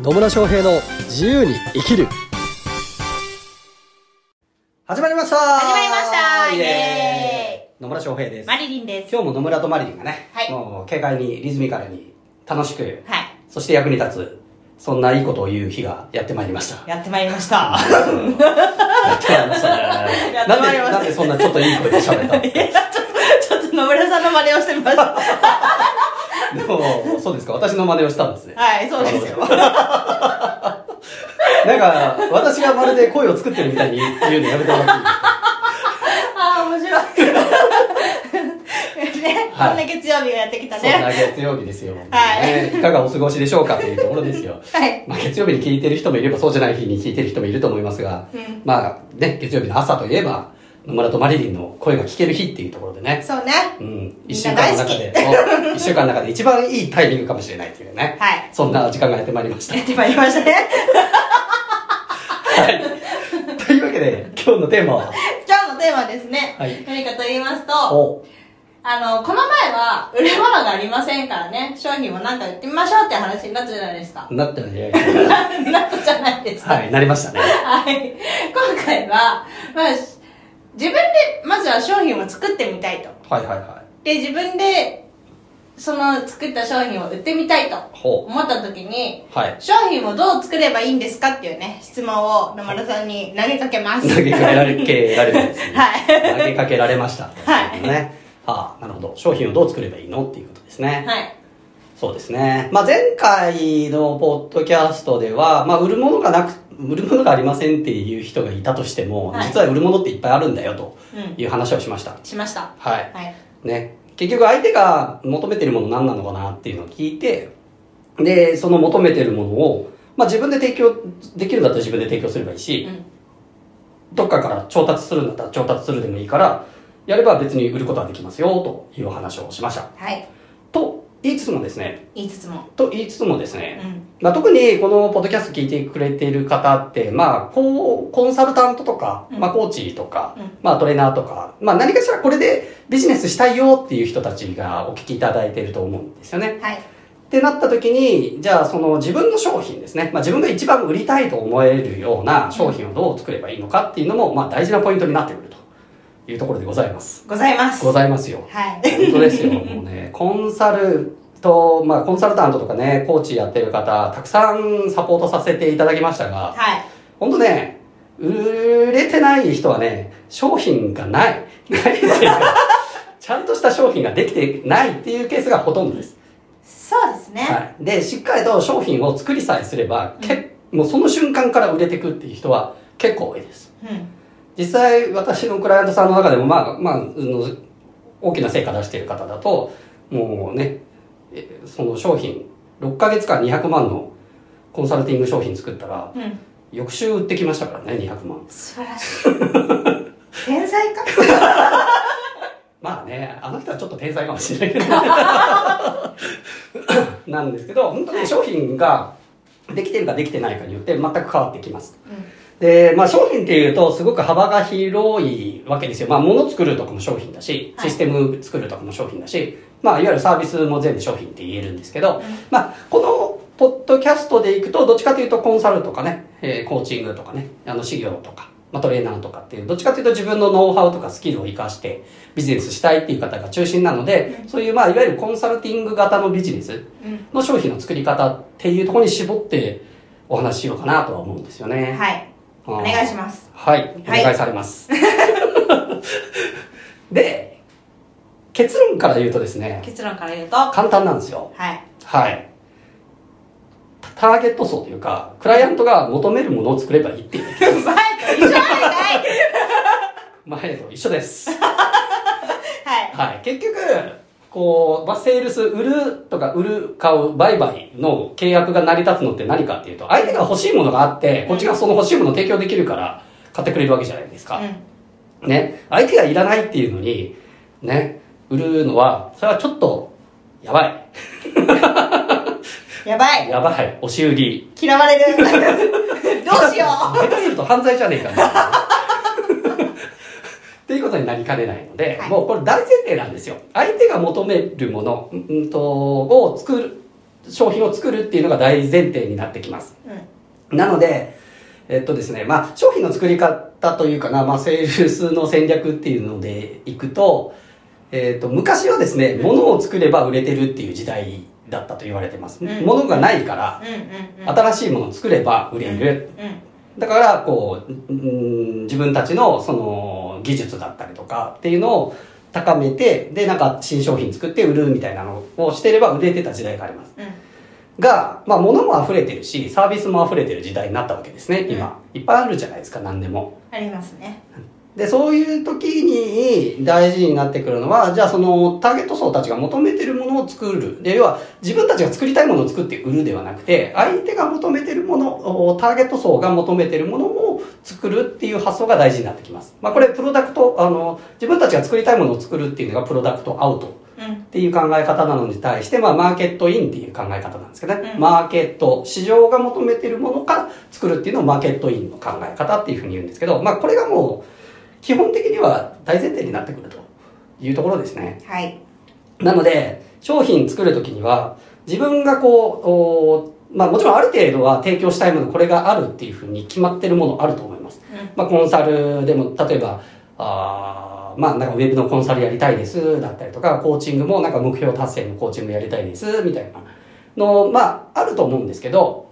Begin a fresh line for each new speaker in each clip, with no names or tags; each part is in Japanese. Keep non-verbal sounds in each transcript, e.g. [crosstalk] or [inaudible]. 野村翔平の自由に生きる始まりました
始まりましたイエ
ーイ野村翔平です
マリリンです。
今日も野村とマリリンがね、
はい
もう軽快にリズミカルに楽しく
はい。
そして役に立つそんないいことを言う日がやってまいりました
やってまいりました。
や
[laughs]
ってまいりま [laughs] したね
やって
なん
まい
で
りました
なんでそんなちょっといい声で喋ったの
いや、ちょっと、ちょっと野村さんの真似をしてみ [laughs] ました。
でもそうですか私の真似をしたんですね
はい、そうです
[laughs]
よ。
なんか私がまるで声を作ってるみたいに言うのやめてもらっていいですか
ああ、面白い。ね、
はい
こんな月曜日がやってきた
そんな
ね。
月曜日ですよ、
はい
ねいかがお過ごしでしょうかというところですよ
はい。
まあ、月曜日に聞いてる人もいればそうじゃない日に聞いてる人もいると思いますが、
うん
まあね月曜日の朝といえば野村とマリリンの声が聞ける日っていうところでね、
そうね。
うん、1
み
週
ん
間
な
の中
大好き
でお一週間の中で一番いいタイミングかもしれないというね、
はい
そんな時間がやってまいりました
やってまいりましたね。 [laughs]
というわけで今日のテーマは
今日のテーマはですね、
はい
何かと言いますと、
お
あの、この前は売れ物がありませんからね、商品を何か売ってみましょうって話になったじゃないですか。
なってるんじゃないですか
[laughs] なったじゃないですか。
はいなりましたね
はい。今回は、まあ、し自分で、まずは商品を作ってみたいと。
はいはいは
で、自分で、その作った商品を売ってみたいと
いほ
思った時に、
うはい
商品をどう作ればいいんですかっていうね、質問を野村さんに投げかけます。
投げかけられけられたんですね、
はい
投げかけられました
はい
ねはあなるほど商品をどう作ればいいのっていうことですね
はい。
そうですね。まあ、前回のポッドキャストでは、まあ、売るものがなく、売るものがありませんっていう人がいたとしても、
はい
実は売るものっていっぱいあるんだよと
うん。
いう話をしました。
しました。
はい。
はい。
ね。結局相手が求めてるもの何なのかなっていうのを聞いて、で、その求めてるものを、まあ、自分で提供できるんだったら自分で提供すればいいし、
うん。
どっかから調達するんだったら調達するでもいいから、やれば別に売ることはできますよというお話をしました。
はい。
と言いつつもですね、
言いつつも。
と言いつつもです
う
ね、
ん。
まあ、特にこのポッドキャスト聞いてくれている方って、まあ、こうコンサルタントとか、
うん
まあ、コーチとか、
うん
まあ、トレーナーとか、まあ、何かしらこれでビジネスしたいよっていう人たちがお聞きいただいていると思うんですよね。
はい。
ってなった時に、じゃあその自分の商品ですね、まあ、自分が一番売りたいと思えるような商品をどう作ればいいのかっていうのも、まあ、大事なポイントになってくるというところでございます。
ございます。
ございますよ。
[laughs] はい。
本当ですよ。もうね、コンサルと、まあ、コンサルタントとかね、コーチやってる方、たくさんサポートさせていただきましたが、
はい。
本当ね、売れてない人はね、商品がない。ないっていうかちゃんとした商品ができてないっていうケースがほとんどです。
そうですね。
はい。で、しっかりと商品を作りさえすれば、けもうその瞬間から売れてくっていう人は結構多いです。
うん。
実際私のクライアントさんの中でもまあまああの大きな成果出している方だともうねえその商品6ヶ月間200万のコンサルティング商品作ったら
うん。
翌週売ってきましたからね200万
素晴
[laughs]
らしい。天才か
まあねあの人はちょっと天才かもしれないけど [laughs] なんですけど本当に商品ができてるかできてないかによって全く変わってきます
う
で、まあ、商品っていうとすごく幅が広いわけですよ。まあ、物作るとかも商品だし、
はい
システム作るとかも商品だし、まあ、いわゆるサービスも全部商品って言えるんですけど、
ん。うん
まあ、このポッドキャストでいくと、どっちかというとコンサルとかね、えーコーチングとかね、あの、修行とか、まあ、トレーナーとかっていう、どっちかというと自分のノウハウとかスキルを活かしてビジネスしたいっていう方が中心なので、そういう、まあ、いわゆるコンサルティング型のビジネス
うん
の商品の作り方っていうところに絞ってお話ししようかなとは思うんですよね。
はい。
お
お願いします。
はい、お
はい
願いされ
[laughs]
ます。で、結論から言うとですね、
結論から言うと、は
簡単なんですよ。
い。
はい。タターゲット層というか、クライアントが求めるものを作ればいいっていう。
前と [laughs] 一緒じゃないかい
前と一緒
[laughs]
です。
はい。
はい。結局、こう、まあ、セールス、売るとか売る、買う、売買の契約が成り立つのって何かっていうと、相手が欲しいものがあって、こっちがその欲しいものを提供できるから買ってくれるわけじゃないですか。ね、相手がいらないっていうのに、ね、売るのは、それはちょっと、やばい。
うん。やばい。
やばい。押し売り。
嫌われ
[laughs]
る。どうしよう。
下手すると犯罪じゃねえか [laughs] な。っていうことになりかねないので、
はい
もうこれ大前提なんですよ。相手が求めるもの、うんうんと、を作る、商品を作るっていうのが大前提になってきます。
うん
なので、えっとですね、まあ、商品の作り方というかな、まあ、セールスの戦略っていうのでいくと、えっと、昔はですね、
うん
物を作れば売れてるっていう時代だったと言われてます。
うん
物がないから、
うんうんうん
新しいものを作れば売れる。
うん
だから、こう、うん自分たちの、その、技術だったりとかっていうのを高めて、で、なんか新商品作って売るみたいなのをしてれば売れてた時代があります。
うん
が、まあ、物も溢れてるし、サービスも溢れてる時代になったわけですね、今。いっぱいあるじゃないですか、何でも。
ありますね
で、そういう時に大事になってくるのは、じゃあそのターゲット層たちが求めてるものを作る。で、要は自分たちが作りたいものを作って売るではなくて、相手が求めてるもの、おターゲット層が求めてるものを作るっていう発想が大事になってきます。まあこれプロダクト、あの、自分たちが作りたいものを作るっていうのがプロダクトアウト。
うん
っていう考え方なのに対して、まあ、マーケットインっていう考え方なんですけどね、
うん
マーケット市場が求めてるものから作るっていうのをマーケットインの考え方っていうふうに言うんですけど、まあ、これがもう基本的には大前提になってくるというところですね
はい
なので商品作る時には自分がこうおまあ、もちろんある程度は提供したいものこれがあるっていうふうに決まってるものあると思います
うん
まあ、コンサルでも例えばあー、まあ、なんかウェブのコンサルやりたいですだったりとかコーチングもなんか目標達成のコーチングやりたいですみたいなの、まあ、あると思うんですけど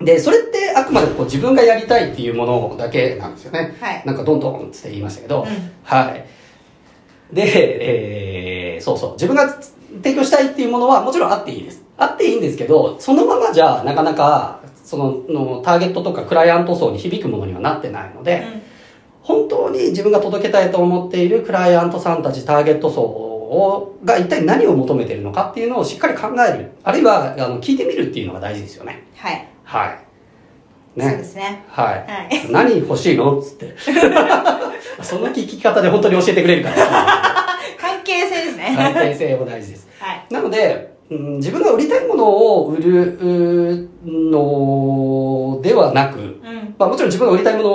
でそれってあくまでこう自分がやりたいっていうものだけなんですよね
はい
なんかどんどんつって言いましたけど、
うん
はいで、えーそうそう自分が提供したいっていうものはもちろんあっていいですあっていいんですけどそのままじゃなかなかそののターゲットとかクライアント層に響くものにはなってないので、本当に自分が届けたいと思っているクライアントさんたちターゲット層をが一体何を求めているのかっていうのをしっかり考えるあるいはあの聞いてみるっていうのが大事ですよね
はい
はい
そうで
ね
すね
はい
はい
何欲しいのっつって [laughs] その聞き方で本当に教えてくれるから
関係性ですね
関係性も大事です
はい
なので、うん自分が売りたいものを売るうーのではなく
うん
まあ、もちろん自分が売りたいもの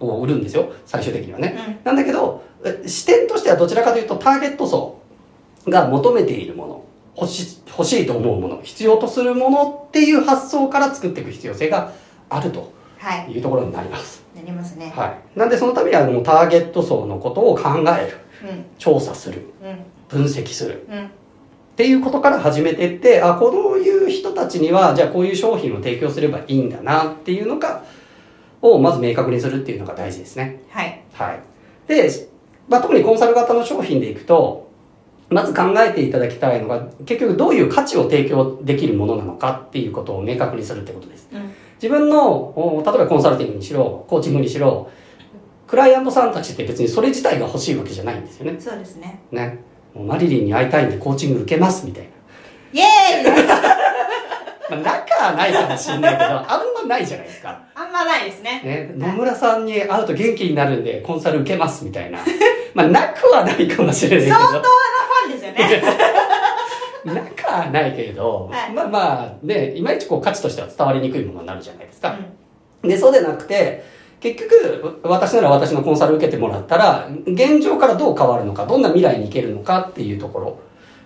を売るんですよ最終的にはね、
うん
なんだけど、え視点としてはどちらかというとターゲット層が求めているもの、欲し欲しいと思うもの、必要とするものっていう発想から作っていく必要性があると
はい
いうところになります。
なりますね
はい。なんでそのためにはもうターゲット層のことを考える、
うん
調査する、
うん
分析する。
うん
っていうことから始めてって、あ、こういう人たちには、じゃあこういう商品を提供すればいいんだなっていうのが、をまず明確にするっていうのが大事ですね。
はい
はい。で、まあ、特にコンサル型の商品でいくと、まず考えていただきたいのが、結局どういう価値を提供できるものなのかっていうことを明確にするってことです。
うん
自分の、お例えばコンサルティングにしろ、コーチングにしろ、クライアントさんたちって別にそれ自体が欲しいわけじゃないんですよね。
そうですね
ね。もうマリリンに会いたいんでコーチング受けますみたいな。
イエーイ
[laughs] まあ、仲はないかもしれないけど、 [laughs] あんまないじゃないですか。
あんまないですね
ね、野村さんに会うと元気になるんでコンサル受けますみたいな。まあ、なくはないかもしれないけ
相
ど。
当なファンですよね
なくはないけれど、
はい
まあまあね、いまいちこう価値としては伝わりにくいものになるじゃないです
う
か。
ん
で、そうでなくて、結局、わ私なら私のコンサル受けてもらったら、現状からどう変わるのか、どんな未来に行けるのかっていうところ、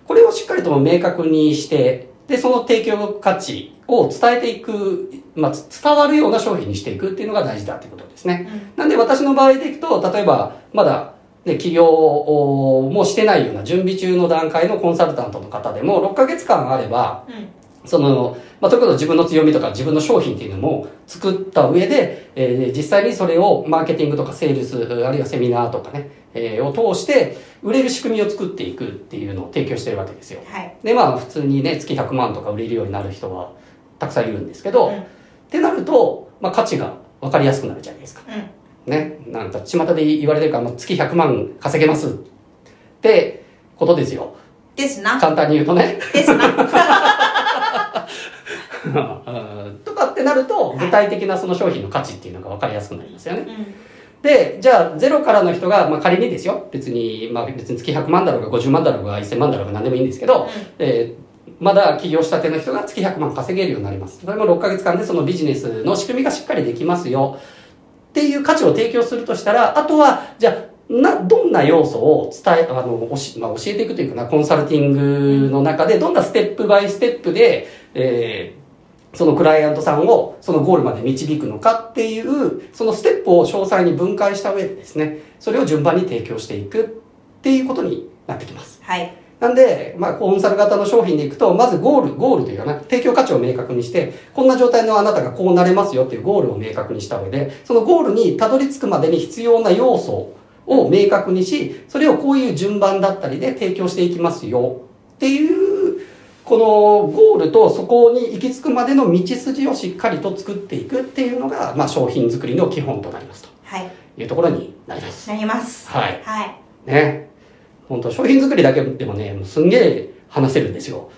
これをしっかりとも明確にして、で、その提供価値を伝えていく、まあ、つ伝わるような商品にしていくっていうのが大事だってことですね。
うん
なんで私の場合でいくと、例えば、まだ、ね、起業をもうしてないような準備中の段階のコンサルタントの方でも、6ヶ月間あれば、
うん
その、まあ、ということ自分の強みとか自分の商品っていうのも作った上で、えー実際にそれをマーケティングとかセールス、あるいはセミナーとかね、えーを通して、売れる仕組みを作っていくっていうのを提供してるわけですよ。
はい
で、まあ、普通にね、月100万とか売れるようになる人はたくさんいるんですけど、
うん
っ、てなると、まあ、価値が分かりやすくなるじゃないですか。
うん
ね、なんか巷で言われてるから、もう月100万稼げますってことですよ。
ですな
簡単に言うとね。
ですな
うん [laughs] とかってなると、具体的なその商品の価値っていうのが分かりやすくなりますよ
う
ね。
ん
で、じゃあ、ゼロからの人が、まあ仮にですよ。別に、まあ別に月100万だろうが50万だろうが1000万だろうが何でもいいんですけど、
うん
えーまだ起業したての人が月100万稼げるようになります。それも6ヶ月間でそのビジネスの仕組みがしっかりできますよ。っていう価値を提供するとしたら、あとは、じゃあ、な、どんな要素を伝え、あの、おしまあ、教えていくというかな、コンサルティングの中で、どんなステップバイステップで、えーそのクライアントさんをそのゴールまで導くのかっていう、そのステップを詳細に分解した上でですね、それを順番に提供していくっていうことになってきます。
はい。
なんで、まあ、コンサル型の商品でいくと、まずゴール、ゴールというかな、提供価値を明確にして、こんな状態のあなたがこうなれますよっていうゴールを明確にした上で、そのゴールにたどり着くまでに必要な要素を明確にし、それをこういう順番だったりで提供していきますよっていう、このゴールとそこに行き着くまでの道筋をしっかりと作っていくっていうのが、まあ、商品作りの基本となりますと
はい。
いうところになります。
なります。
はい。
はい。
ね。本当商品作りだけでもね、もうすんげえ話せるんです
[laughs]
よ。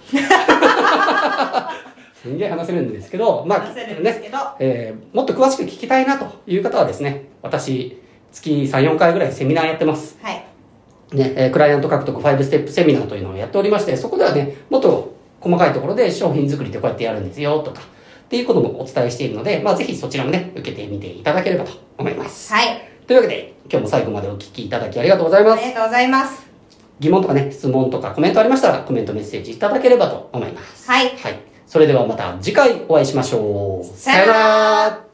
すんげえ話せるんですけど、まあ、
話せるんです
ね、
けど。
えーもっと詳しく聞きたいなという方はですね、私、月3、4回ぐらいセミナーやってます。
はい。
ね、えークライアント獲得5ステップセミナーというのをやっておりまして、そこではね、もっと細かいところで商品作りってこうやってやるんですよとか、っていうこともお伝えしているので、まあぜひそちらもね、受けてみていただければと思います。
はい。
というわけで、今日も最後までお聞きいただきありがとうござい
あ
ます。
りがとうございます。
疑問とかね、質問とかコメントありましたら、コメントメッセージいただければと思います。
はい。
はい。それではまた次回お会いしましょう。
さよなら
さよなら